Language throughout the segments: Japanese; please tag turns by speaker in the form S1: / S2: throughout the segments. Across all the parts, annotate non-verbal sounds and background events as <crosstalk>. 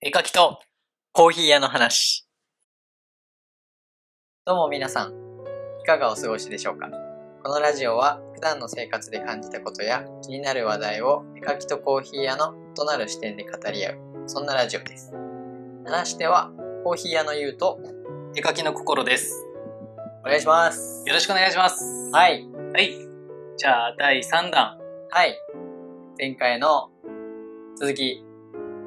S1: 絵描きとコーヒー屋の話。どうも皆さん、いかがお過ごしでしょうかこのラジオは普段の生活で感じたことや気になる話題を絵描きとコーヒー屋の異なる視点で語り合う、そんなラジオです。話してはコーヒー屋の言うと
S2: 絵描きの心です。
S1: お願いします。
S2: よろしくお願いします。
S1: はい、
S2: はい。じゃあ、第3弾、
S1: はい。前回の続き、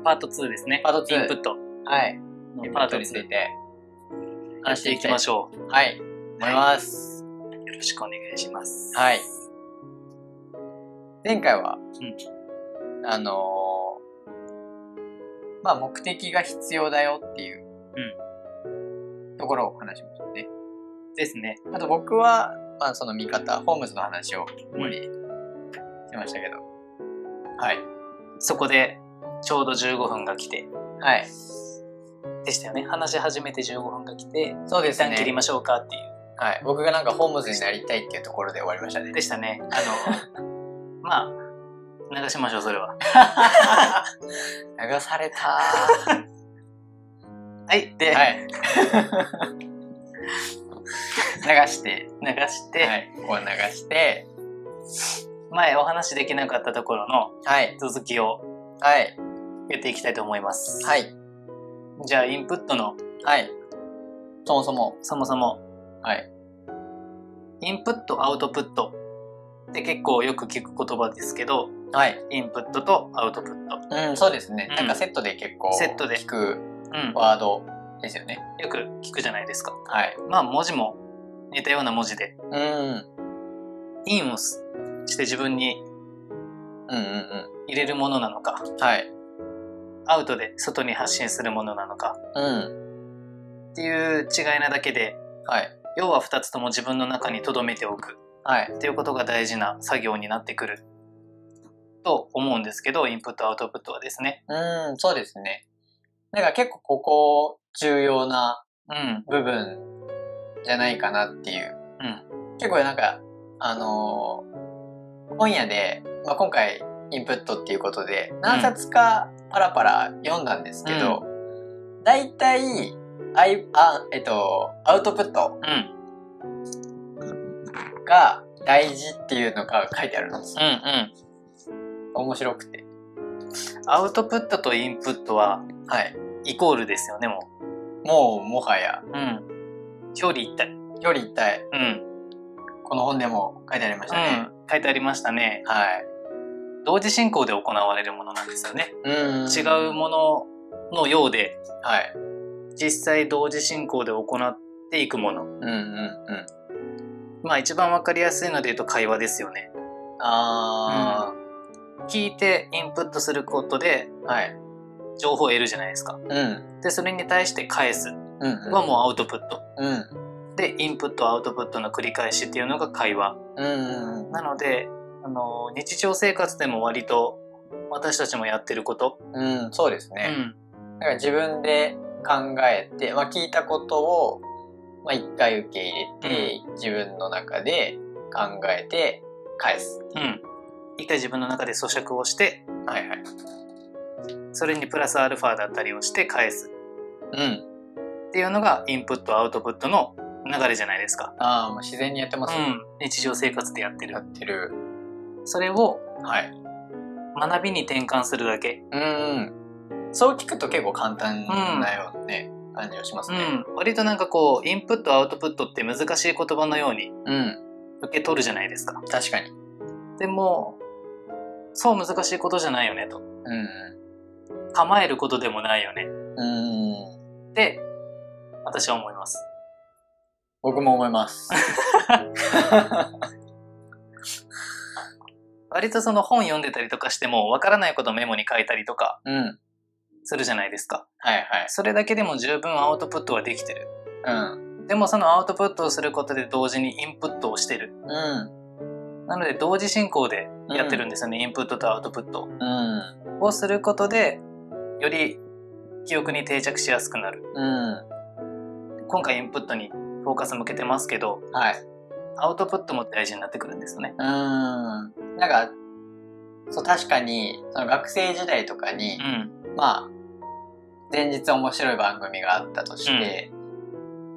S2: パート2ですね。
S1: パート2
S2: インプット
S1: はい、
S2: の
S1: パ
S2: パ
S1: ー
S2: ー
S1: ト
S2: ト
S1: につい
S2: 2、
S1: て
S2: 話していきましょう。
S1: はい、思います。
S2: よろしくお願いします。
S1: はい。前回は、あのーまあ、目的が必要だよっていう、ところを話しましたね。
S2: ですね。
S1: あと僕は、まあ、その見方、ホームズの話を主にしてましたけど。はい。
S2: そこで、ちょうど15分が来て、
S1: はい。
S2: でしたよね。話し始めて15分が来て、
S1: そうで
S2: 一
S1: す
S2: 旦切り
S1: ね。
S2: ましょうかっていう。
S1: はい。僕がなんかホームズになりたいっていうところで終わりましたね。
S2: でしたね。あの、 <laughs> まあ、流しましょう、それは。
S1: 流された
S2: <laughs> はい。で、
S1: ー。はい。流して、
S2: 流して、
S1: はい。こう流して、
S2: 前お話しできなかったところの
S1: はい。
S2: 続きを
S1: はい。
S2: やっていきたいと思います。
S1: はい。
S2: じゃあ、インプットの
S1: はい。そもそも。
S2: そもそも、
S1: はい。
S2: インプット、アウトプットって結構よく聞く言葉ですけど、
S1: はい。
S2: インプットとアウトプット。
S1: うん、そうですね。
S2: うん
S1: なんかセットで結構、
S2: セットで
S1: 聞く
S2: うん。
S1: ワードですよね。
S2: よく聞くじゃないですか。
S1: はい。
S2: まあ、文字も似たような文字で、
S1: うん。うん
S2: インをすして自分に
S1: うんう
S2: 入れるものなのか、
S1: ん。はい。
S2: アウトで外に発信するものなのか
S1: うん。
S2: っていう違いなだけで、
S1: はい。
S2: 要は二つとも自分の中に留めておく
S1: はい。
S2: っていうことが大事な作業になってくると思うんですけど、インプット、アウトプットはですね。
S1: うん、そうですね。なんか結構ここ重要な
S2: うん。
S1: 部分じゃないかなっていう。
S2: うん。
S1: 結構なんか、あのー本屋で、まあ、今回インプットっていうことで、何冊かパラパラ読んだんですけど、大体、あい、あ、えっと、アウトプット
S2: うん。
S1: が大事っていうのが書いてあるんです
S2: う。んうん。
S1: 面白くて。
S2: アウトプットとインプットは
S1: はい。
S2: イコールですよね、も
S1: もう、もはや、
S2: う。うん。表裏一体。
S1: より一体、
S2: うん。
S1: この本でも書いてありましたね。
S2: うん。書いてありましたね。
S1: はい。
S2: 同時進行で行われるものなんですよね。
S1: うん。
S2: 違う。もののようで、
S1: はい。
S2: 実際同時進行で行っていくもの。
S1: うんうんうん。
S2: まあ一番わかりやすいので言うと会話ですよね。
S1: あ
S2: 聞いてインプットすることで
S1: ー。はい。
S2: 情報を得るじゃないですか。
S1: うん。うん
S2: で、それに対して返す
S1: うん。
S2: はもうアウトプット。
S1: うん。うん
S2: で、インプット、アウトプットの繰り返しっていうのが会話。
S1: うんうん。
S2: なので、あの日常生活でも割と私たちもやってること、
S1: うん、そうですね。だから自分で考えて、まあ、聞いたことを、まあ、一回受け入れて、自分の中で考えて返す。
S2: うん、うん、一回自分の中で咀嚼をして、
S1: はいはい。
S2: それにプラスアルファだったりをして返す
S1: うん。
S2: っていうのがインプットアウトプットの流れじゃないですか。
S1: ああ、もう自然にやってます、
S2: うん、日常生活でやって
S1: や
S2: る。
S1: ってる。
S2: それを
S1: はい。
S2: 学びに転換するだけ。
S1: うん。そう聞くと結構簡単なようなね、感じがします
S2: う
S1: ね。
S2: ん、割となんかこうインプットアウトプットって難しい言葉のように
S1: うん。
S2: 受け取るじゃないですか。
S1: 確かに。うん
S2: でもそう難しいことじゃないよねと。
S1: う
S2: 構えることでもないよね
S1: ん。うん。
S2: って私は思います。
S1: 僕も思います。
S2: 割とその本読んでたりとかしても、わからないことをメモに書いたりとか
S1: うん。はい
S2: するじゃないですか。
S1: はい。
S2: それだけでも十分アウトプットはできてる。
S1: うん。
S2: でもそのアウトプットをすることで同時にインプットをしてる。
S1: うん。
S2: なので同時進行でやってるんですよね。インプットとアウトプット
S1: うん。
S2: をすることで、より記憶に定着しやすくなる。
S1: う
S2: 今回インプットにフォーカス向けてますけど、
S1: ん。はい。
S2: アウトプットも大事になってくるんですね。
S1: うーん。なんか、そう、確かに、その学生時代とかに
S2: う、ん。
S1: まあ、前日面白い番組があったとして、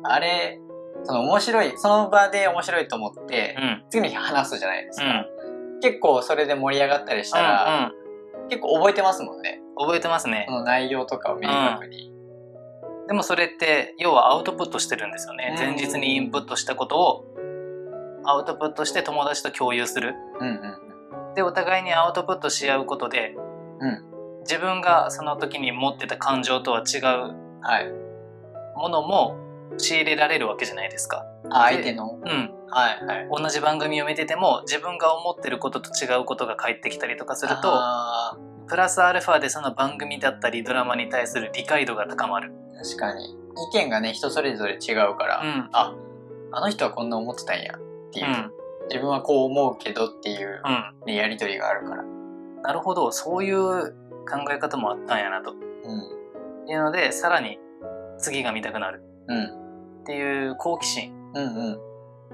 S1: あれ、その面白い、その場で面白いと思って、
S2: うん。
S1: 次の日話すじゃないです
S2: う
S1: か。
S2: ん。
S1: 結構それで盛り上がったりしたら、
S2: うん。
S1: 結構覚えてますもんね。
S2: 覚えてますね
S1: そ。の内容とかを明確に。
S2: でもそれって要はアウトプットしてるんですよね、
S1: うん
S2: 前日にインプットしたことをアウトプットして友達と共有する
S1: うんうん
S2: でお互いにアウトプットし合うことで、
S1: うん
S2: 自分がその時に持ってた感情とは違う
S1: うん。はい。
S2: ものも仕入れられるわけじゃないですか、
S1: あ、相手の
S2: うん、
S1: はいはい。
S2: 同じ番組を見てても自分が思ってることと違うことが返ってきたりとかすると
S1: あー
S2: プラスアルファでその番組だったりドラマに対する理解度が高まる、
S1: 確かに。意見がね、人それぞれ違うから、
S2: うん
S1: あ、あの人はこんな思ってたんやって
S2: う
S1: いう、
S2: ん
S1: 自分はこう思うけどっていう、
S2: うん、
S1: ね、やりとりがあるから。
S2: なるほどそういう考え方もあったんやなと
S1: うん。
S2: いうのでさらに次が見たくなる
S1: うん。
S2: っていう好奇心
S1: うん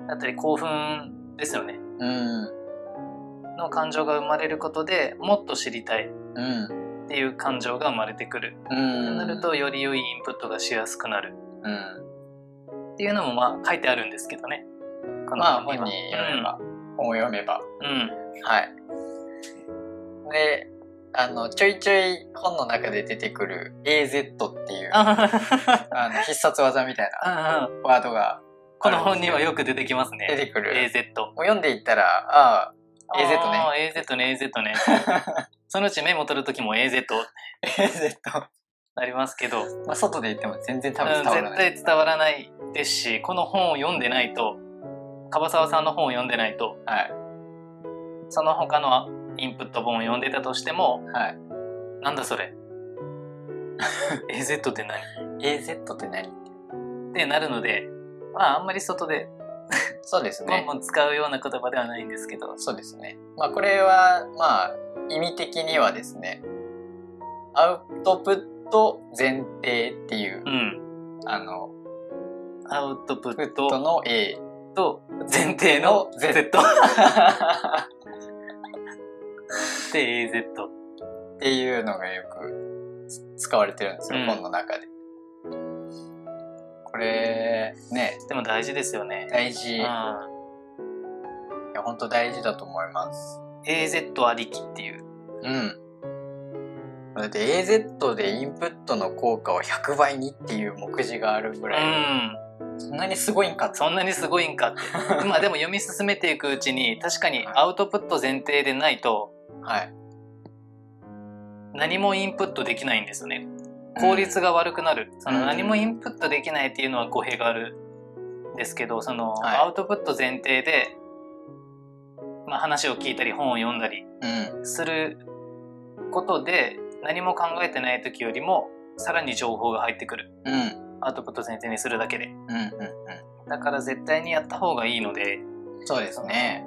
S2: だったり興奮ですよね
S1: うん。
S2: の感情が生まれることでもっと知りたい
S1: うん。うん。
S2: っていう感情が生まれてくる
S1: うん。
S2: なるとより良いインプットがしやすくなる
S1: うん。
S2: っていうのもまあ書いてあるんですけどねこの
S1: まあ、本に読めば、本を読めば。
S2: うん、うん
S1: はい。で、あの、ちょいちょい本の中で出てくる AZ っていう、あ
S2: あ
S1: の、必殺技みたいな
S2: あ
S1: ワードが
S2: この本にはよく出てきますね
S1: 出てくる。
S2: AZ
S1: もう読んでいったら、ああ、AZ ね
S2: あー AZ ね
S1: <laughs>
S2: AZ ねそのうちメモ取る時も
S1: AZ。
S2: AZ なりますけど、
S1: まあ、外で言っても全然多分
S2: うん
S1: 伝わら
S2: 絶
S1: ない。
S2: 対伝わらないですしこの本を読んでないと樺沢さんの本を読んでないと
S1: はい。
S2: その他のインプット本を読んでたとしても
S1: はい。
S2: なんだそれ <laughs> AZ って何
S1: AZ って何
S2: ってなるのでまああんまり外で
S1: そうです
S2: ボン
S1: ね
S2: ボ。ン使うような言葉ではないんですけど、
S1: そうですね。まあ、これは、まあ、意味的にはですね、アウトプット前提っていう
S2: う、ん
S1: あの、
S2: アウトプ
S1: プッ
S2: ッ
S1: ト
S2: ト
S1: の A。
S2: と前提の Z
S1: <laughs>
S2: って AZ
S1: っていうのがよくつ使われてるんですよ、
S2: うん
S1: 本の中で。これ、ね、
S2: でも大事ですよね、
S1: 大事。
S2: う
S1: い
S2: ん、
S1: や、ほんと大事だと思います。
S2: AZ ありきっていう
S1: うん。だって AZ でインプットの効果を100倍にっていう目次があるぐ
S2: う
S1: らい、
S2: ん
S1: そんなにすごいんかと。
S2: そんなにすごいんか
S1: <laughs>
S2: ってまあでも読み進めていくうちに確かにアウトプット前提でないと
S1: はい。
S2: 何もインプットできないんですよね効率が悪くなる、その何もインプットできないっていうのは語弊があるんですけどその
S1: はい
S2: アウトプット前提で、まあ、話を聞いたり本を読んだり
S1: うん。
S2: することで何も考えてない時よりもさらに情報が入ってくる
S1: うん。うん。
S2: アウトプット前提にするだけで
S1: うん。うん。
S2: だから絶対にやった方がいいので
S1: うん。そうですね。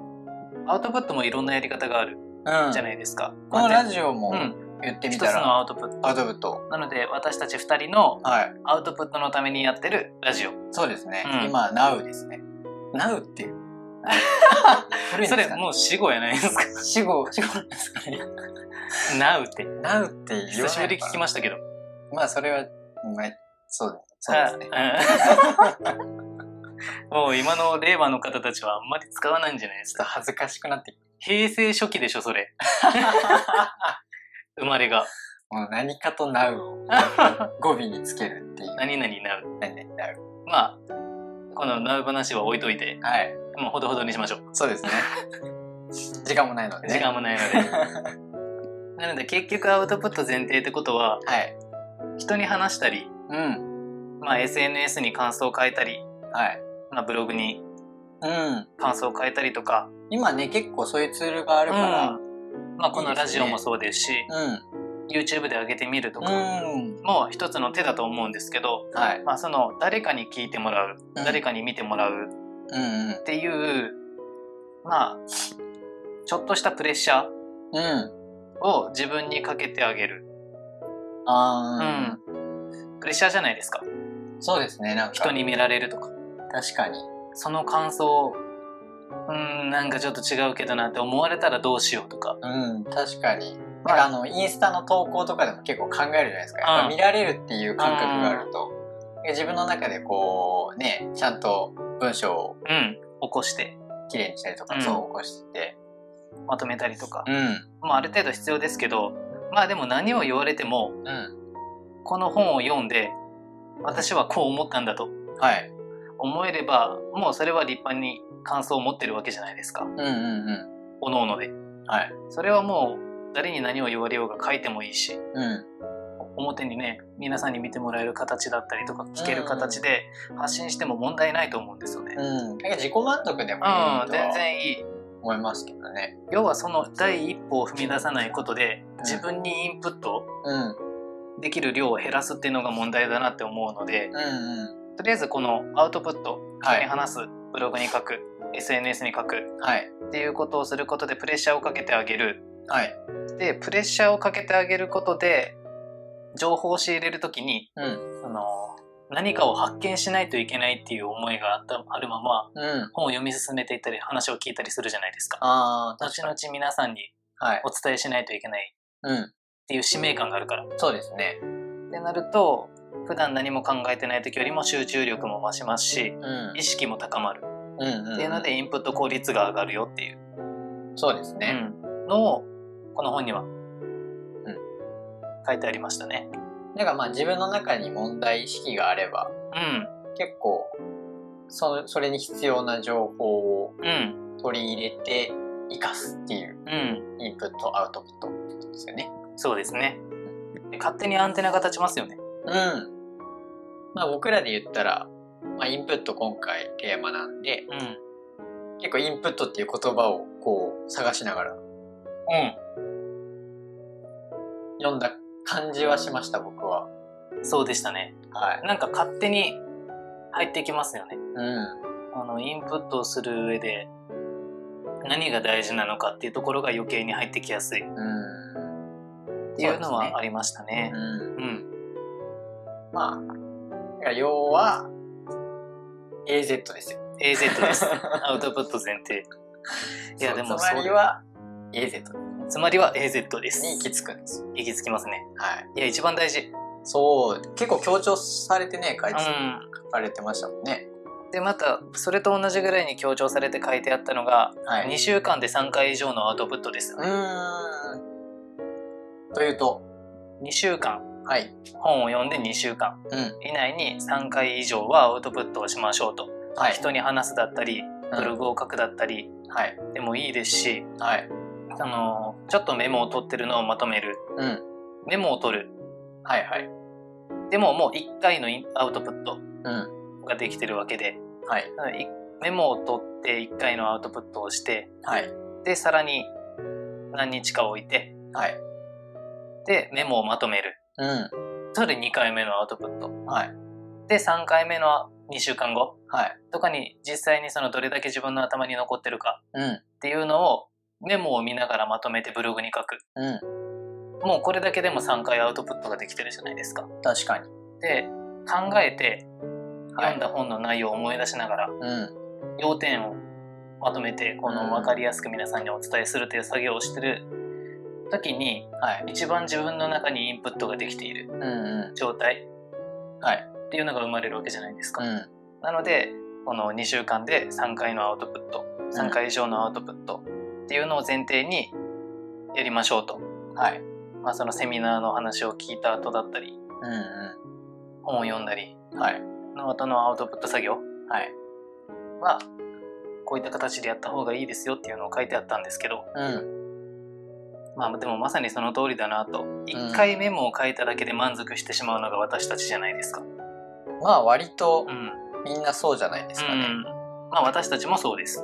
S2: アウトプットもいろんなやり方がある
S1: うん。
S2: じゃないですか。
S1: この
S2: まあ
S1: ラジオも
S2: うん、
S1: 言って
S2: 一
S1: み
S2: つ
S1: たら、
S2: のアウトプット。
S1: アウトプット。
S2: なので私たち2人の
S1: はい。
S2: アウトプットのためにやってるラジオ。
S1: そうですね。
S2: うん
S1: 今、Now ですね。Now っていう。古いん
S2: そ
S1: で
S2: れ
S1: すかね。
S2: もう死後やないですか。 <laughs>
S1: 死後、死後なんですかね。
S2: なうって。
S1: Now って言わない
S2: 久しぶりに聞き
S1: ま
S2: ましたけど。
S1: まあ、それは、まあ、そうです。そうですね。
S2: はいうんもう今の令和の方たちはあんまり使わないんじゃないです
S1: ちょっと
S2: か。
S1: 恥ずかしくなってき
S2: 平成初期でしょ、それ。 <laughs>
S1: た。
S2: 生まれが。
S1: もう何かと
S2: <laughs>
S1: Now を語尾につけるっていう。
S2: 何々なう。
S1: 何々 Now。
S2: まあ、このなう話は置いといて、
S1: はい。
S2: もうほどほどにしましょう。
S1: そう
S2: <laughs>
S1: ですね。時間もないので、ね。
S2: 時間もないの
S1: <laughs>
S2: で。
S1: は
S2: なので結局アウトプット前提ってことは、
S1: い。
S2: 人に話したり、
S1: うん。
S2: まあ、SNS に感想を変えたり、
S1: はい。
S2: まあ、ブログに
S1: うん。
S2: 感想を変えたりとか、
S1: 今ね、結構そういうツールがあるか
S2: うんまあ、このラジオもそうですし
S1: ら。うん。
S2: YouTube で上げてみると
S1: う
S2: か
S1: ん。
S2: も一つの手だと思うんですけど、
S1: はい。
S2: まあ、その誰かに聞いてもらう
S1: うん
S2: 誰かに見てもらう
S1: うんうん。
S2: っていう、まあ、ちょっとしたプレッシャ
S1: うん。
S2: ーを自分にかけてあげる、
S1: あ
S2: うんプレッシャーじゃないですか
S1: ー、そうですね、なんか。
S2: 人に見られるとか
S1: 確かに。
S2: その感想うんなんかちょっと違うけどなって思われたらどうしようとか
S1: うん、確かに。なんかあの、インスタの投稿とかでも結構考えるじゃないですか。やっぱ見られるっていう感覚があると、自分の中でこう、ね、ちゃんと文章を
S2: うん。起こして、
S1: きれいにしたりとか、
S2: うん
S1: そう起こして、
S2: まとめたりとか。
S1: うん、
S2: まあ、ある程度必要ですけど、まあでも何を言われても、
S1: う
S2: この本を読んで、私はこう思ったんだと
S1: ん、はい。
S2: 思えれば、もうそれは立派に感想を持ってるわけじゃないですか。
S1: うんうんう
S2: おのので。
S1: ん。はい。
S2: それはもう、誰に何を言われようが書いてもいいし、
S1: うん。
S2: 表にね、皆さんに見てもらえる形だったりとか、聞ける形で発信しても問題ないと思うんですよね。
S1: うん。なんか自己満足でもいい
S2: うん、
S1: と
S2: 全
S1: は
S2: 然いい。
S1: 思いますけどね。
S2: 要はその第一歩を踏み出さないことで
S1: ん
S2: 自分にインプット
S1: うん。うん
S2: できる量を減らすっていうのが問題だなって思うので
S1: うん。
S2: とりあえずこのアウトプット人
S1: は
S2: に
S1: い。
S2: 話すブログに書く SNS に書く
S1: はい。
S2: っていうことをすることでプレッシャーをかけてあげる
S1: はい。
S2: でプレッシャーをかけてあげることで情報を仕入れるときに
S1: うん。
S2: その何かを発見しないといけないっていう思いがあったあるまま
S1: うん。
S2: 本を読み進めていったり話を聞いたりするじゃないですか
S1: ああ、確
S2: 後々皆さんに
S1: かに。
S2: お伝えしないといけない
S1: はい。うん。
S2: っていう使命感があるから。っ
S1: そうですね。
S2: てなると普段何も考えてない時よりも集中力も増しますし
S1: うん
S2: 意。識も高まる
S1: うん、うん。
S2: っていうのでインプット効率が上がるよっていう、
S1: そうですね。
S2: うんのをこの本には書いてありましたね。
S1: なんかまあ自分の中に問題意識があれば、
S2: うん
S1: 結構、そそれに必要な情報を
S2: うん
S1: 取り入れて活かすっていう
S2: うん
S1: インプットアウトプットってことですよね。
S2: そうですね。で勝手にアンテナが立ちますよね。
S1: うん。まあ僕らで言ったら、まあ、インプット今回テーマなんで、
S2: うんうん
S1: 結構インプットっていう言葉をこう探しながら読んだ感じはしました僕は。
S2: そうでしたね。
S1: はい。
S2: なんか勝手に入ってきますよね。
S1: うん。
S2: あのインプットをする上で何が大事なのかっていうところが余計に入ってきやすい。
S1: うん。
S2: っていうのはありましたね。
S1: うん。
S2: うん。
S1: まあ、だから要は、AZ ですよ。
S2: AZ です。 <laughs>
S1: <laughs>
S2: アウトプット前提。いや、
S1: そう
S2: でも
S1: つま
S2: そう
S1: り。は、AZ
S2: つまりは AZ です。
S1: に行き着くんですよ。
S2: 行き着きますね。
S1: はい。
S2: いや、一番大事。
S1: そう、結構強調されてね、書いうて
S2: ん。
S1: 書かれてましたもんね。
S2: で、また、それと同じぐらいに強調されて書いてあったのが、
S1: はい。
S2: 2週間で3回以上のアウトプットですよ
S1: う
S2: ね。
S1: ーん。というと、
S2: 2週間。
S1: はい。
S2: 本を読んで2週間
S1: うん。
S2: 以内に3回以上はアウトプットをしましょうと。
S1: はい。
S2: 人に話すだったり、
S1: うん
S2: ブログを書くだったり
S1: はい。
S2: でもいいですし、
S1: はい。
S2: あの、ちょっとメモを取ってるのをまとめる。
S1: うん。
S2: メモを取る。
S1: はいはい。
S2: でももう1回のインアウトプット
S1: うん。
S2: ができてるわけで、
S1: はい。
S2: いメモを取って1回のアウトプットをして、
S1: はい。
S2: で、さらに何日か置いて、
S1: はい。
S2: で、メモをまとめる。
S1: うん。
S2: それで2回目のアウトプット。
S1: はい。
S2: で、3回目の2週間後
S1: はい。
S2: とかに実際にそのどれだけ自分の頭に残ってるか
S1: うん。
S2: っていうのをメモを見ながらまとめてブログに書く。
S1: う
S2: もうこれだけでも3回アウトプットができてるじゃないですか。
S1: ん。確かに。
S2: で、考えて
S1: は
S2: 読ん
S1: い。
S2: だ本の内容を思い出しながら、
S1: うん。
S2: 要点をまとめてこ
S1: うん
S2: の分かりやすく皆さんにお伝えするという作業をしてる時に
S1: はい。
S2: 一番自分の中にインプットができている
S1: うんう
S2: 状態
S1: ん。はい。
S2: っていうのが生まれるわけじゃないですか、
S1: うん。
S2: なのでこの2週間で3回のアウトプット3回以上のアウトプットっていうのを前提にやりましょうと、
S1: はい。
S2: まあ、そのセミナーの話を聞いた後だったり
S1: うんう
S2: 本を読んだり
S1: ん。はい。
S2: の後のアウトプット作業
S1: はい。
S2: はこういった形でやった方がいいですよっていうのを書いてあったんですけど
S1: うん。
S2: まあでもまさにその通りだなと一回メモを書いただけで満足してしまうのが私たちじゃないですか。
S1: まあ割と
S2: うん、
S1: みんなそうじゃないですかね。
S2: うんまあ私たちもそうです。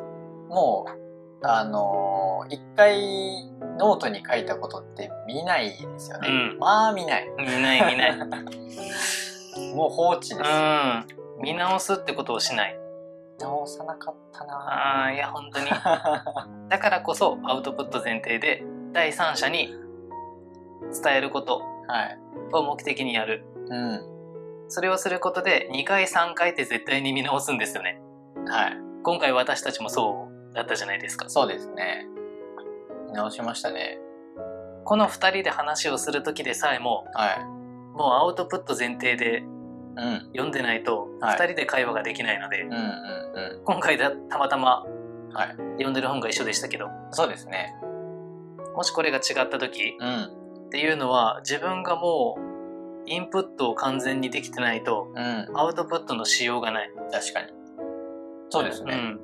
S1: もう、あのー一回ノートに書いたことって見ないですよね。
S2: うん
S1: まあ見ない。
S2: 見ない <laughs> 見ない。う
S1: もう放置です。
S2: ん見直すってことをしない。
S1: 直さなかったな
S2: ああいや本当に。 <laughs> だからこそアウトプット前提で第三者に伝えること
S1: <laughs> はい。
S2: を目的にやる。
S1: うん。
S2: それをすることで2回3回って絶対に見直すんですよね。
S1: はい。
S2: 今回私たちもそうだったじゃないですか。
S1: そうですね。見直しましたね。
S2: この2人で話をする時でさえも
S1: はい。
S2: もうアウトプット前提で
S1: うん。
S2: 読んでないと
S1: はい
S2: 2人で会話ができないので、
S1: うんうん
S2: 今回だたまたま
S1: うん。はい。
S2: 読んでる本が一緒でしたけど
S1: そうですね。
S2: もしこれが違った時
S1: うん。
S2: っていうのは自分がもうインプットを完全にできてないと
S1: うん。
S2: アウトプットのしようがない。
S1: 確かに。そうです
S2: う
S1: ね。
S2: ん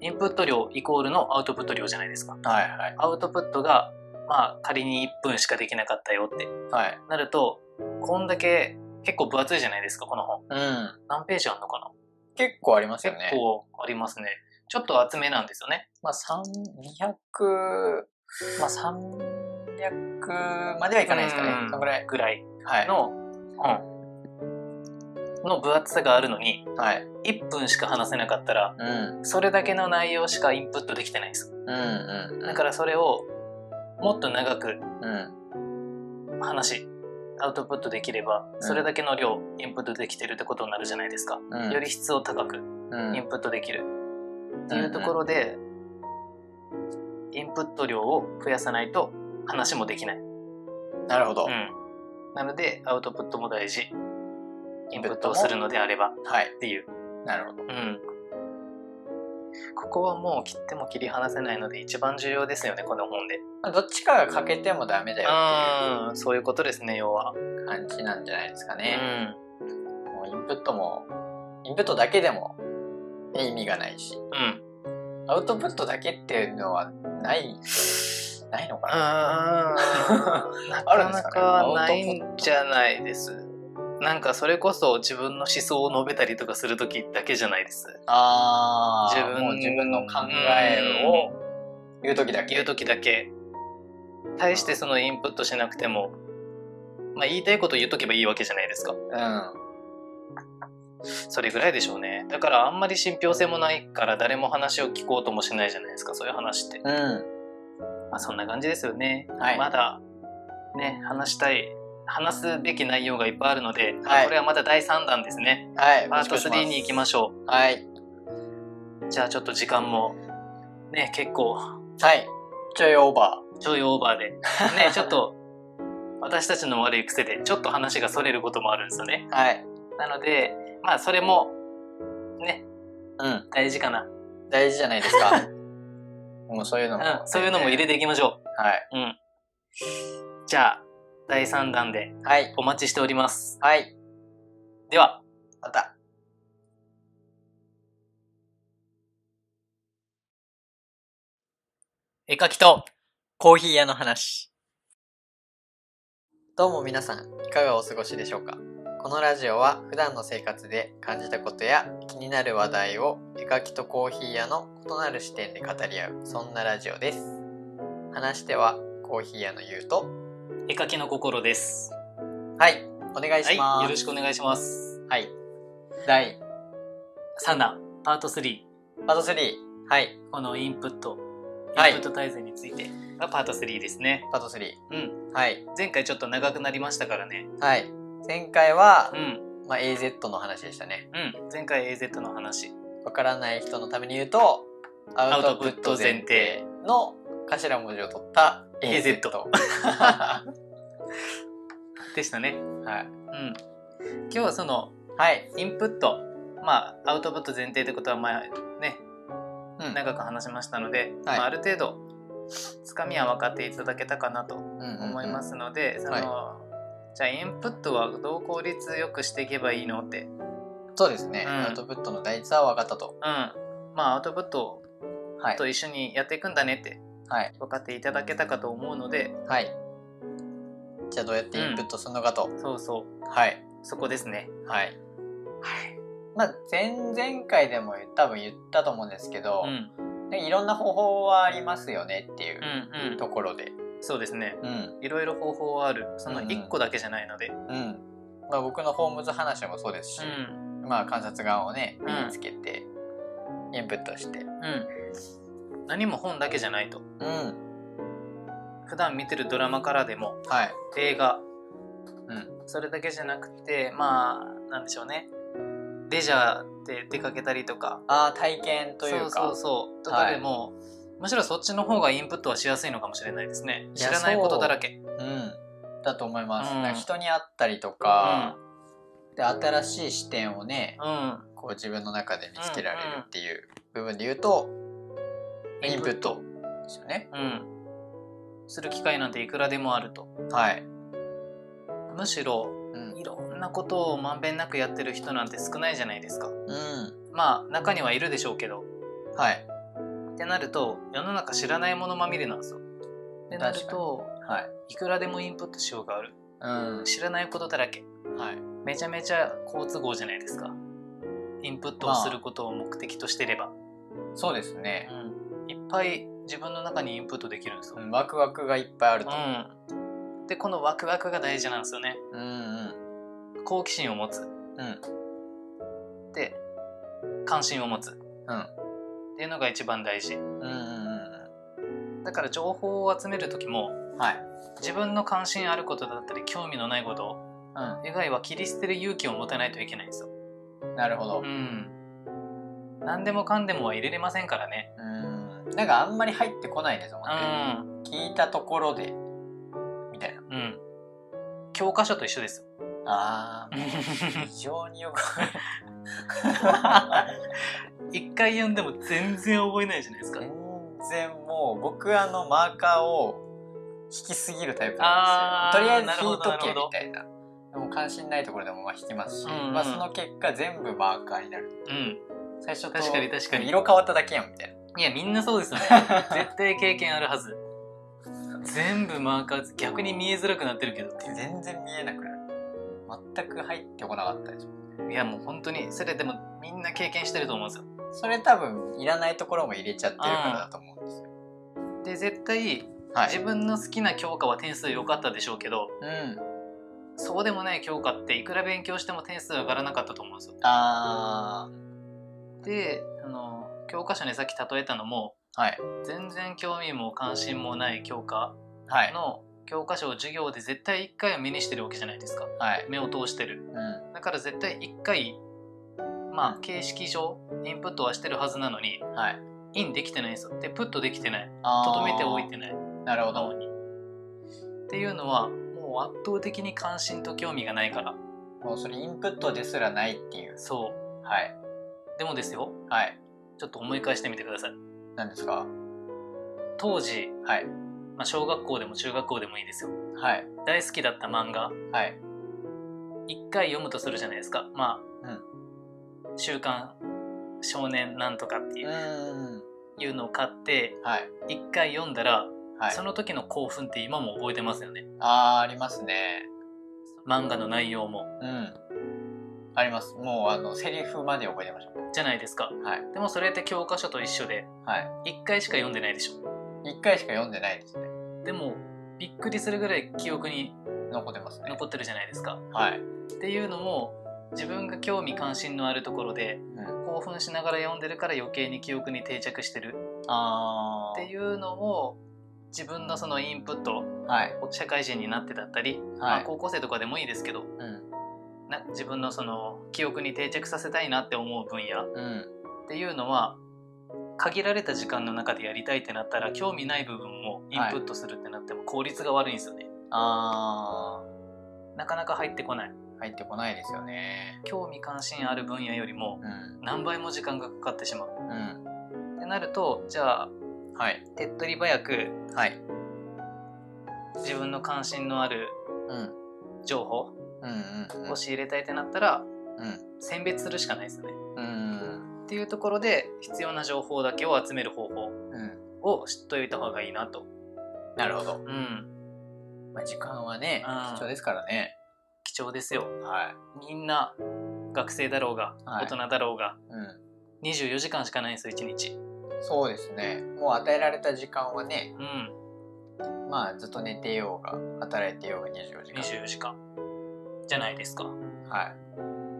S2: インプット量イコールのアウトプット量じゃないですか。
S1: はいはい。
S2: アウトプットが、まあ、仮に1分しかできなかったよって
S1: はい。
S2: なると、こんだけ結構分厚いじゃないですか、この本。
S1: うん。
S2: 何ページあんのかな
S1: 結構ありますよ
S2: 結
S1: ね。
S2: 構ありますね。ちょっと厚めなんですよね。
S1: まあ、三、二百、まあ、三百まではいかないですか
S2: う
S1: ね。
S2: ん
S1: そのぐらい。
S2: ぐらい
S1: はい。
S2: の本の分厚さがあるのに、
S1: はい。
S2: 1分しか話せなかったら、
S1: うん。
S2: それだけの内容しかインプットできてないんです。
S1: うんうん。
S2: だからそれを、もっと長く
S1: うん。
S2: 話、アウトプットできれば、それだけの量、インプットできてるってことになるじゃないですか。
S1: うん。
S2: より質を高く
S1: うん、
S2: インプットできるっていうところで、インプット量を増やさないと話もできない、う
S1: なるほど。
S2: ん、なのでアウトプットも大事インプットをするのであればっ
S1: はい。
S2: ていう、
S1: なるほど。
S2: うん、ここはもう切っても切り離せないので一番重要ですよねこの本で
S1: まあどっちかが欠けてもダメだよ
S2: うんそういうことですね要は、
S1: っていう感じなんじゃないですかね。もうインプットも、インプットだけでも意味がないし、
S2: うんうん
S1: アウトプットだけっていうのはない、ないのかな。
S2: <laughs> な
S1: ある
S2: か
S1: んですかね
S2: なかないんじゃないです。なんかそれこそ自分の思想を述べたりとかする時だけじゃないです。
S1: あ
S2: 自
S1: 自
S2: 分
S1: 分自分の考えを言う時だけ。
S2: 言う時だけ。対してそのインプットしなくても、まあ、言いたいこと言っとけばいいわけじゃないですか。
S1: うん。
S2: それぐらいでしょうね。だからあんまり信憑性もないから誰も話を聞こうともしないじゃないですか。そういう話って。
S1: うん。
S2: まあ、そんな感じですよね。
S1: はい
S2: まだね、話したい、話すべき内容がいっぱいあるので、
S1: はい
S2: これはまた第3弾ですね。
S1: はい。
S2: パート3に行きましょ
S1: ょう。はい。
S2: う。じゃあちょっと時間も、ね、結構、
S1: はい。ちょいオーバ
S2: ちょいオーバーで、ね、ちょっと、私たちの悪い癖で、ちょっと話がそれることもあるんですよね。
S1: ー。 <laughs> はい。
S2: なので、まあ、それも、ね、
S1: うん。
S2: 大事かな。
S1: 大事じゃないですか。
S2: <laughs>
S1: もうそういうのも。
S2: うん、そういうのも入れていきましょ
S1: はい。
S2: う。うん。じゃあ、第3弾で
S1: はい。
S2: お待ちしております。
S1: はい。
S2: では、
S1: また。絵描きとコーヒー屋の話。どうも皆さん、いかがお過ごしでしょうかこのラジオは普段の生活で感じたことや気になる話題を絵描きとコーヒー屋の異なる視点で語り合う、そんなラジオです。話してはコーヒー屋のゆうと。
S2: 絵描きの心です。
S1: はい、お願い
S2: は
S1: しま
S2: い、よ
S1: す。
S2: ろしくお願いします。
S1: はい。第
S2: 3弾、パート3、
S1: パート3。はい、
S2: このインプット、
S1: はい
S2: インプット大全についてがパート3ですね。
S1: パート3。
S2: うん、
S1: はい。
S2: 前回ちょっと長くなりましたからね。
S1: はい。前回は
S2: う、ん、
S1: まあ、AZ の話でしたね。
S2: うん、前回 AZ の話。
S1: わからない人のために言うと、ア
S2: ア
S1: ウ
S2: ウ
S1: ト
S2: ト
S1: プ
S2: プ
S1: ッ
S2: ッ
S1: ト
S2: ト
S1: 前
S2: 前
S1: 提
S2: 提
S1: の頭文字を取った AZ。
S2: AZ でしたね。
S1: はい。
S2: うん。今日はその、
S1: はい。
S2: インプット、まあ、アウトプット前提ってことは、まあ、ね、
S1: うん
S2: 長く話しましたので、
S1: はい。
S2: まあ、ある程度、つかみは分かっていただけたかなと思いますすので、その、じゃあインプットはどう効率よくしていけばいいのって、うん、
S1: そうですね。
S2: うん
S1: アウトプットの大事さは分かったと。
S2: まあアウトプット
S1: はい。
S2: と一緒にやっていくんだねって
S1: はい。
S2: 分かっていただけたかと思うので、
S1: はい。じゃあどうやってインプットするのかと。
S2: そうそう
S1: はい。
S2: そこですね。
S1: はい。まあ、前々回でも多分言ったと思うんですけど
S2: う、ん
S1: でいろんな方法はありますよねっていう
S2: うんう
S1: と
S2: ん、
S1: ころで。
S2: そうですね。
S1: うん。
S2: いろいろ方法はある。その
S1: うんうん
S2: 一個だけじゃないので、
S1: うん。まあ、僕のホームズ話もそうですし、
S2: うん
S1: まあ観察眼をね
S2: うん
S1: 身につけてインプットして、
S2: うん、何も本だけじゃないと。
S1: うん、
S2: 普段見てるドラマからでも
S1: はい、
S2: 映画
S1: うん、
S2: それだけじゃなくてまあなんでしょうねレジャーで出かけたりとか
S1: ああ体験というか
S2: そうそうそうとかでも、むしろそっちの方がインプットはしやすいのかもしれないですね
S1: い
S2: 知
S1: や
S2: らないことだらけ
S1: うん、だと思います、
S2: うん
S1: なんか人に会ったりとか、で新しい視点をね
S2: うん
S1: こう自分の中で見つけられるっていう部分で言うと、インプットですよね
S2: うんする機会なんていくらでもあると
S1: はい、
S2: むしろ
S1: うん
S2: いろんなことをまんべんなくやってる人なんて少ないじゃないですか
S1: うん、
S2: まあ中にはいるでしょうけど
S1: はい
S2: ってなると世の中知らないものまみれなんですよってなると
S1: はい
S2: いくらでもインプットしようがある
S1: う
S2: 知らないことだらけ
S1: んはい
S2: めちゃめちゃ好都合じゃないですかインプットをすることを目的としてれば、
S1: そうですね、
S2: うんいっぱい自分の中にインプットできるんですよ、
S1: うん、ワクワクがいっぱいあると、
S2: うんでこのワクワクが大事なんですよね
S1: うん、うん
S2: 好奇心を持つ
S1: うん
S2: で関心を持つ、
S1: ん
S2: っていうのが一番大事
S1: うんうん
S2: だから情報を集める時も
S1: うんはい
S2: 自分の関心あることだったり興味のないこと以外は切り捨てる勇気を持たないといけないんですよ
S1: うんなるほど
S2: うん何でもかんでもは入れれませんからね
S1: うんなんかあんまり入ってこないですもんね、
S2: う
S1: 聞いたところでみたいなん
S2: うん教科書と一緒ですよ
S1: あー
S2: <laughs>
S1: 非常によく
S2: 一回読んでも全然覚えないじゃないですか
S1: 全然もう僕あのマーカーを引きすぎるタイプな
S2: あー
S1: んですよとりあえず引い
S2: なる
S1: と
S2: ほ
S1: けみたいなでも関心ないところでもまあ引きますし、
S2: うんうん
S1: まあ、その結果全部マーカーになる
S2: うん
S1: 最初と
S2: 確かに確かに
S1: 色変わっただけやんみたい
S2: いやみんなそうですよね絶対経験あるはず全部マーカー逆に見えづらくなってるけどって
S1: な全然見えなくなる全く入ってこなかったでしょ
S2: いういやもう本当にそれでもみんな経験してると思うんですよ
S1: それ多分いらないところも入れちゃってるからだと思うんですよ
S2: で絶対
S1: は
S2: 自
S1: い、
S2: 分の好きな教科は点数良かったでしょうけど
S1: うん、
S2: そうでもない教科っていくら勉強しても点数上がらなかったと思うんですよ
S1: あ
S2: であの教科書にさっき例えたのも
S1: ーはい
S2: 全然興味も関心もない教科
S1: はい
S2: の教科書を授業で絶対1回は目にしてるわけじゃないですか
S1: はい、
S2: 目を通してる
S1: う
S2: だから絶対1回まあ形式上インプットはしてるはずなのに
S1: ん、はい
S2: インできてないんですよでプットできてない
S1: あー
S2: とどめておいてない
S1: なるほど
S2: 脳にっていうのはもう圧倒的に関心と興味がないから
S1: もうそれインプットですらないっていう
S2: そ
S1: はいう
S2: でもですよ
S1: はい
S2: ちょっと思い返してみてください
S1: 何ですか
S2: 当時、
S1: はい
S2: まあ、小学校でも中学校でもいいですよ
S1: はい
S2: 大好きだった漫画
S1: はい
S2: 1回読むとするじゃないですかまあ、週刊少年なんとかって
S1: う
S2: い
S1: ー
S2: うんいうのを買って
S1: はい
S2: 1回読んだら、
S1: はい
S2: その時の興奮って今も覚えてますよね
S1: あーありますね
S2: 漫画の内容も
S1: うんありますもうあのセリフまで覚えてました
S2: じゃないですか
S1: はい
S2: でもそれって教科書と一緒で
S1: は
S2: 1回しか読んでないでしょ
S1: い一回しか読んでないですね
S2: でもびっくりするぐらい記憶に
S1: 残ってますね
S2: 残ってるじゃないですか
S1: はい、
S2: っていうのも自分が興味関心のあるところで
S1: うん、
S2: 興奮しながら読んでるから余計に記憶に定着してる
S1: あ
S2: って
S1: ー
S2: いうのを自分のそのインプット
S1: はい
S2: 社会人になってだったり、ま
S1: は
S2: あ
S1: い
S2: 高校生とかでもいいですけど
S1: うん
S2: な自分のその記憶に定着させたいなって思う分野っ
S1: うん
S2: ていうのは限られた時間の中でやりたいってなったら興味ない部分もインプットするってなっても効率が悪いんですよね、
S1: あ
S2: なかなか入ってこない
S1: ー入ってこないですよね
S2: 興味関心ある分野よりも
S1: うん
S2: 何倍も時間がかかってしまう
S1: うん
S2: ってなるとじゃあ
S1: はい
S2: 手っ取り早く
S1: はい
S2: 自分の関心のある
S1: うん
S2: 情報
S1: うんうん
S2: を仕入れたいってなったら
S1: うん
S2: 選別するしかないですよね
S1: うん
S2: っていうところで必要な情報だけを集める方法
S1: うん
S2: を知っといた方がいいなと、
S1: なるほど、
S2: うん、
S1: まあ、時間はね
S2: うん
S1: 貴重ですからね
S2: 貴重ですよ
S1: はい
S2: みんな学生だろうが
S1: はい
S2: 大人だろうが、
S1: うん
S2: 24時間しかないんですよ1日
S1: そうですねもう与えられた時間はね
S2: うん
S1: まあずっと寝てようが働いてようが24時間
S2: 24時間じゃないですか
S1: は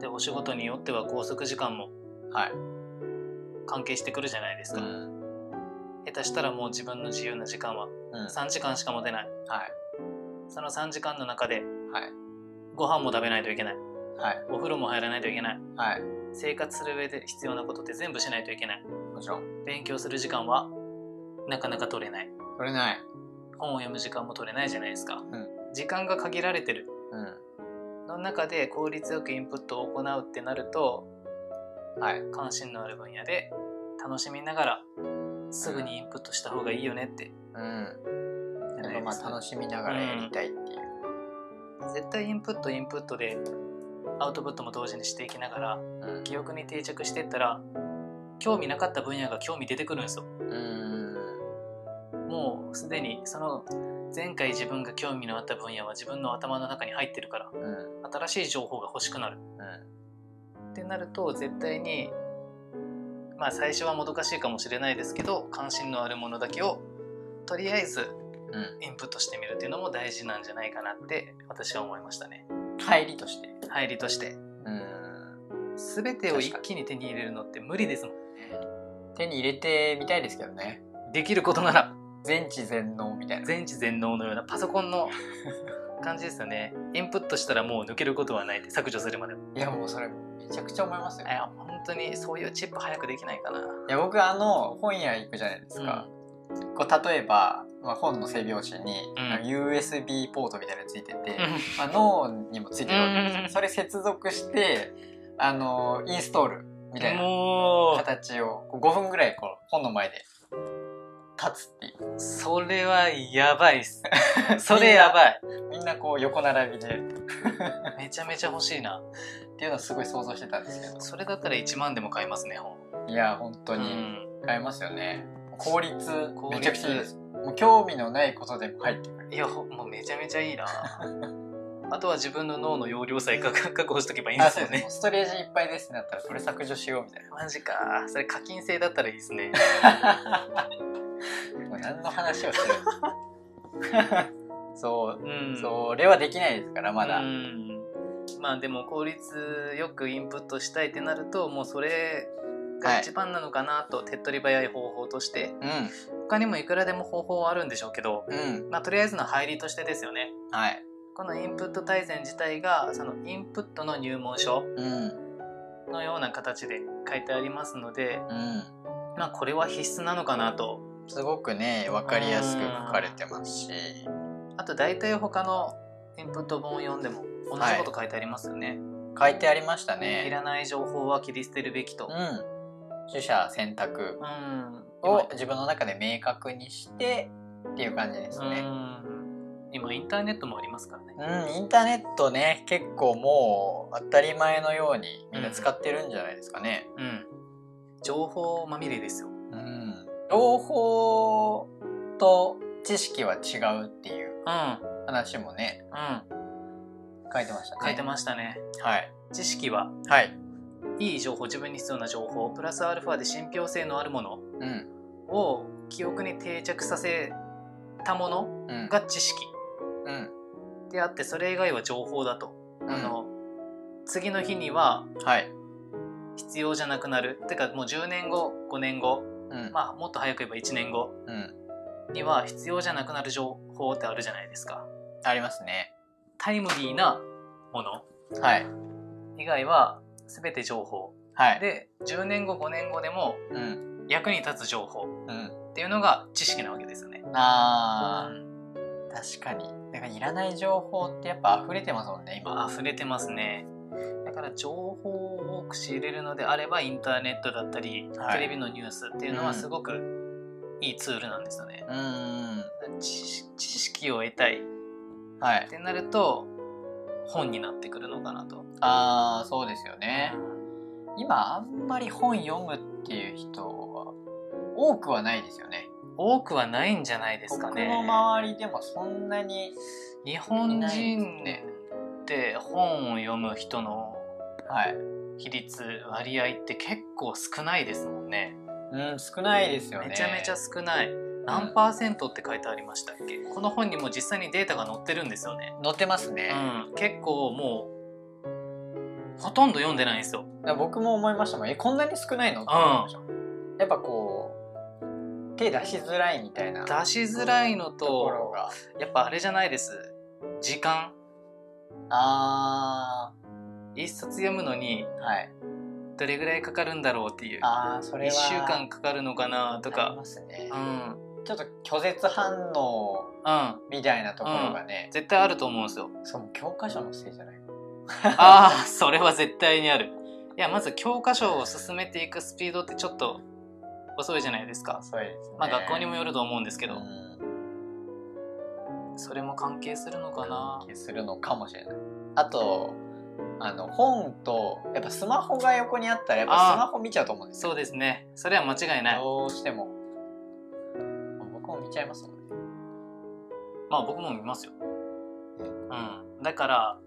S2: でお仕事によっては拘束時間も
S1: いはい、
S2: 関係してくるじゃないです
S1: う
S2: か、
S1: ん
S2: 下手したらもう自分の自由な時間は
S1: うん、はい
S2: 3時間しか持てないその3時間の中で
S1: はい
S2: ご飯も食べないといけない
S1: はい
S2: お風呂も入らないといけない
S1: はい
S2: 生活する上で必要なことって全部しないといけない
S1: もちろん
S2: 勉強する時間はなかなか取れない
S1: 取れない。
S2: 本を読む時間も取れないじゃないですか、
S1: ん
S2: 時間が限られてる
S1: う
S2: の中で効率よくインプットを行うってなると
S1: ん。はい。
S2: 関心のある分野で楽しみながらすぐにインプットした方がいいよねって
S1: うん。
S2: じ
S1: な
S2: ゃなんい
S1: か
S2: で
S1: ますあ
S2: か
S1: 楽しみながらやりたいっていう。
S2: 絶対インプットインプットでアウトプットも同時にしていきながら
S1: うん。
S2: 記憶に定着していったら興味なかった分野が興味出てくるんですよ
S1: うん。
S2: もうすでにその前回自分が興味のあった分野は自分の頭の中に入ってるから
S1: うん。
S2: 新しい情報が欲しくなる
S1: うん。
S2: ってなると絶対にまあ最初はもどかしいかもしれないですけど関心のあるものだけをとりあえず
S1: う
S2: インプットしてみるっていうのも大事なんじゃないかなって私は思いましたね
S1: ん。入りとして。
S2: 入りとして
S1: うん。
S2: 全てを一気に手に入れるのって無理ですも
S1: 手に入れてみたいですけどね。
S2: んできることなら
S1: 全知全能みたいな。
S2: 全知全能のようなパソコ
S1: <laughs>
S2: ンの感じですよねインプットしたらもう抜けることはないって削除するまで
S1: いやもうそれめちゃくちゃ思いますよ
S2: い。や本当にそういうチップ早くできないかな、
S1: いや僕あの本屋行くじゃないですか。こう例えば、まあ、本の背表紙に、
S2: うん
S1: なんか USB ポートみたいなのついてて、
S2: う
S1: まあ、脳にもついてるわけです
S2: うん
S1: よそれ接続してあのインストール <laughs> みたい
S2: ん
S1: な
S2: <laughs> も
S1: 形をこう5分ぐらいこう本の前で立つっていう
S2: うそれはやばいっ <laughs> すそれやばい
S1: みんなこう横並びで
S2: めちゃめちゃ欲しいな
S1: っていうのをすごい想像してたんですけど
S2: それだったら1万でも買いますね本
S1: いや本当
S2: 当
S1: に買えますよね効率
S2: 効率
S1: めちゃくちゃいいですもう興味のないことでも入ってくる
S2: いやほもうめちゃめちゃいいな <laughs> あとは自分の脳の容量さえ確確保しとけばいいんで
S1: あ
S2: す
S1: そう
S2: よ
S1: です
S2: ね
S1: もうストレージいっぱいですってなったらそれ削除しようみたい
S2: <laughs> マジかそれ課金制だったらいいですね
S1: なもう何の話をしてる
S2: <laughs>
S1: そう
S2: うん
S1: それはできないですからまだ、
S2: うんまあでも効率よくインプットしたいってなるともうそれが一番なのかなと、手っ取り早い方法として
S1: うん
S2: 他にもいくらでも方法はあるんでしょうけど、
S1: うん
S2: まあ、とりあえずの入りとしてですよね
S1: はい
S2: このインプット大全自体がそのインプットの入門書
S1: うん
S2: のような形で書いてありますので、
S1: うん
S2: まあ、これは必須なのかなと
S1: すごくね分かりやすく書かれてますし
S2: あと大体他のインプット本を読んでも同じこと書いてありますよね、
S1: 書いてありました
S2: い
S1: ね
S2: らない情報は切り捨てるべきと
S1: う、ん取捨選択
S2: うん
S1: を自分の中で明確にしてっていう感じです
S2: 今
S1: ね
S2: うん今インターネットもありますからね
S1: うんインターネットね結構もう当たり前のようにみんな使ってるんじゃないですかね
S2: うん情報まみれですよ
S1: うん情報と知識は違うっていう
S2: うん
S1: 話もね
S2: うん
S1: 書いてましたね
S2: 書いてましたね
S1: はい
S2: 知識は
S1: はい
S2: いい情報自分に必要な情報プラスアルファで信憑性のあるもの
S1: うん
S2: を記憶に定着させたもの
S1: うん
S2: が知識
S1: うん
S2: であってそれ以外は情報だと、
S1: うん
S2: あの次の日には
S1: はい
S2: 必要じゃなくなるてかもう10年後5年後
S1: うん
S2: まあもっと早く言えば1年後
S1: うん
S2: には必要じゃなくなる情報ってあるじゃないですか
S1: ありますね
S2: タイムリーなもの
S1: はい
S2: 以外は全て情報
S1: はい
S2: で10年後5年後でも
S1: うん
S2: 役に立つ情報
S1: うん
S2: っていうのが知識なわけですよね
S1: あー確かにだからいらない情報ってやっぱ溢れてますもんね今
S2: 今溢れてますねだから情報を多く仕入れるのであればインターネットだったり、
S1: はい
S2: テレビのニュースっていうの
S1: う
S2: は
S1: ん
S2: すごくいいツールなんですよね、
S1: うー
S2: 知知識を得たい
S1: んはい
S2: ってなると本になってくるのかなと。
S1: あーそうですよね今あんまり本読むっていう人は多くはないですよね
S2: 多くはないんじゃないですか
S1: 僕の
S2: ね。
S1: 周りでもそんなに
S2: 日本人
S1: いない
S2: で本を読む人の
S1: はい
S2: 比率割合って結構少ないですもんね。
S1: うん少ないですよね
S2: めちゃめちゃ少ない。何パーセントって書いてありましたっけ？この本にも実際にデータが載ってるんですよね。
S1: 載ってますね、
S2: うん、結構もうほとんど読んでないんですよ。
S1: だから僕も思いましたもんえこんなに少ないのって思いましたやっぱこう手出しづらいみたいなと
S2: 出しづらいの
S1: ころ
S2: と、
S1: が
S2: やっぱあれじゃないです。時間
S1: あ
S2: 一冊読むのに
S1: ーはい
S2: どれぐらいかかるんだろうっていう
S1: あーそれ
S2: 1
S1: は
S2: 週間かかるのかなと
S1: あり
S2: か、
S1: ますね
S2: うん、
S1: ちょっと拒絶反応
S2: うん
S1: みたいなところがね、
S2: 絶対あると思うん
S1: <laughs>
S2: ですよ
S1: その教科書のせいじゃない
S2: ああそれは絶対にあるいやまず教科書を進めていくスピードってちょっと遅いじゃないですか
S1: そうですね
S2: まあ学校にも
S1: よ
S2: よると思うんですけ
S1: け
S2: ど、それも関係するのかな
S1: 気するのかもしれないあとあの本とやっぱスマホが横にあったらやっぱ
S2: あー
S1: スマホ見ちゃうと思うんですよ
S2: そうですねそれは間違いない
S1: どうしてもまあ僕も見ちゃいますもんね
S2: まあ僕も見ますようんだから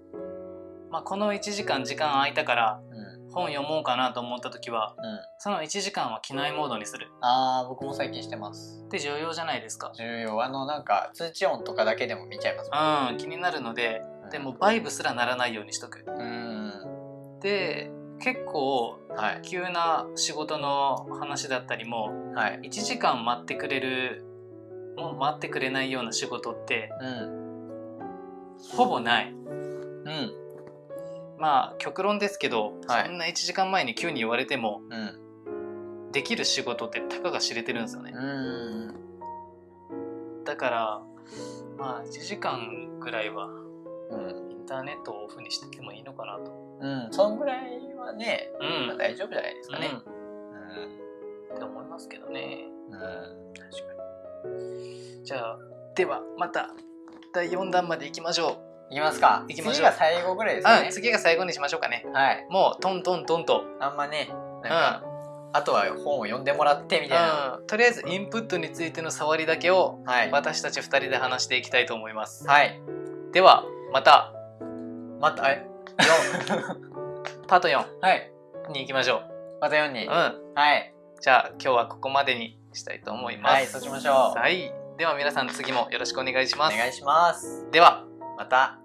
S2: まあこの1時間時間空いたから
S1: うんうん
S2: 本読もうかなと思った時はその1時間は機内モードにする
S1: ああ僕も最近してます
S2: って重要じゃないですか
S1: 重要あのなんか通知音とかだけでも見ちゃいますもん
S2: うん気になるのででもバイブすらならないようにしとく
S1: うん
S2: で結構
S1: はい
S2: 急な仕事の話だったりも
S1: はい
S2: 1時間待ってくれるもう待ってくれないような仕事って
S1: うん
S2: ほぼない
S1: うん
S2: まあ極論ですけど、
S1: はい
S2: そんな1時間前に急に言われても
S1: うん
S2: できる仕事ってたかが知れてるんですよね
S1: うん
S2: だからまあ1時間ぐらいは
S1: うん
S2: インターネットをオフにしててもいいのかなと
S1: うんそんぐらいはね、
S2: う
S1: まあ
S2: ん、
S1: 大丈夫じゃないですかね
S2: うん
S1: う
S2: って思いますけどね
S1: んうん確か
S2: じゃあではまた第4弾までいきましょ
S1: にいきますか
S2: 行きまし
S1: 次
S2: ょう
S1: が最後ぐらいで
S2: う、
S1: すか
S2: うん
S1: ね
S2: 次が最後にしましょうかね
S1: はい
S2: もうトントントンと
S1: あんまねなんか、あとは本を読んでもらってみたいな、
S2: うん、とりあえずインプットについての触りだけを
S1: はい、
S2: 私たち2人で話していきたいと思います
S1: はい
S2: ではまた
S1: またえ
S2: パート4
S1: <laughs> はい
S2: に行きましょ
S1: また4に、
S2: ううん
S1: はい
S2: じゃあ今日はここまでにしたいと思います
S1: はいそうしましょう
S2: はいでは皆さん次もよろしくお願いし
S1: お
S2: ます
S1: 願いします
S2: では
S1: また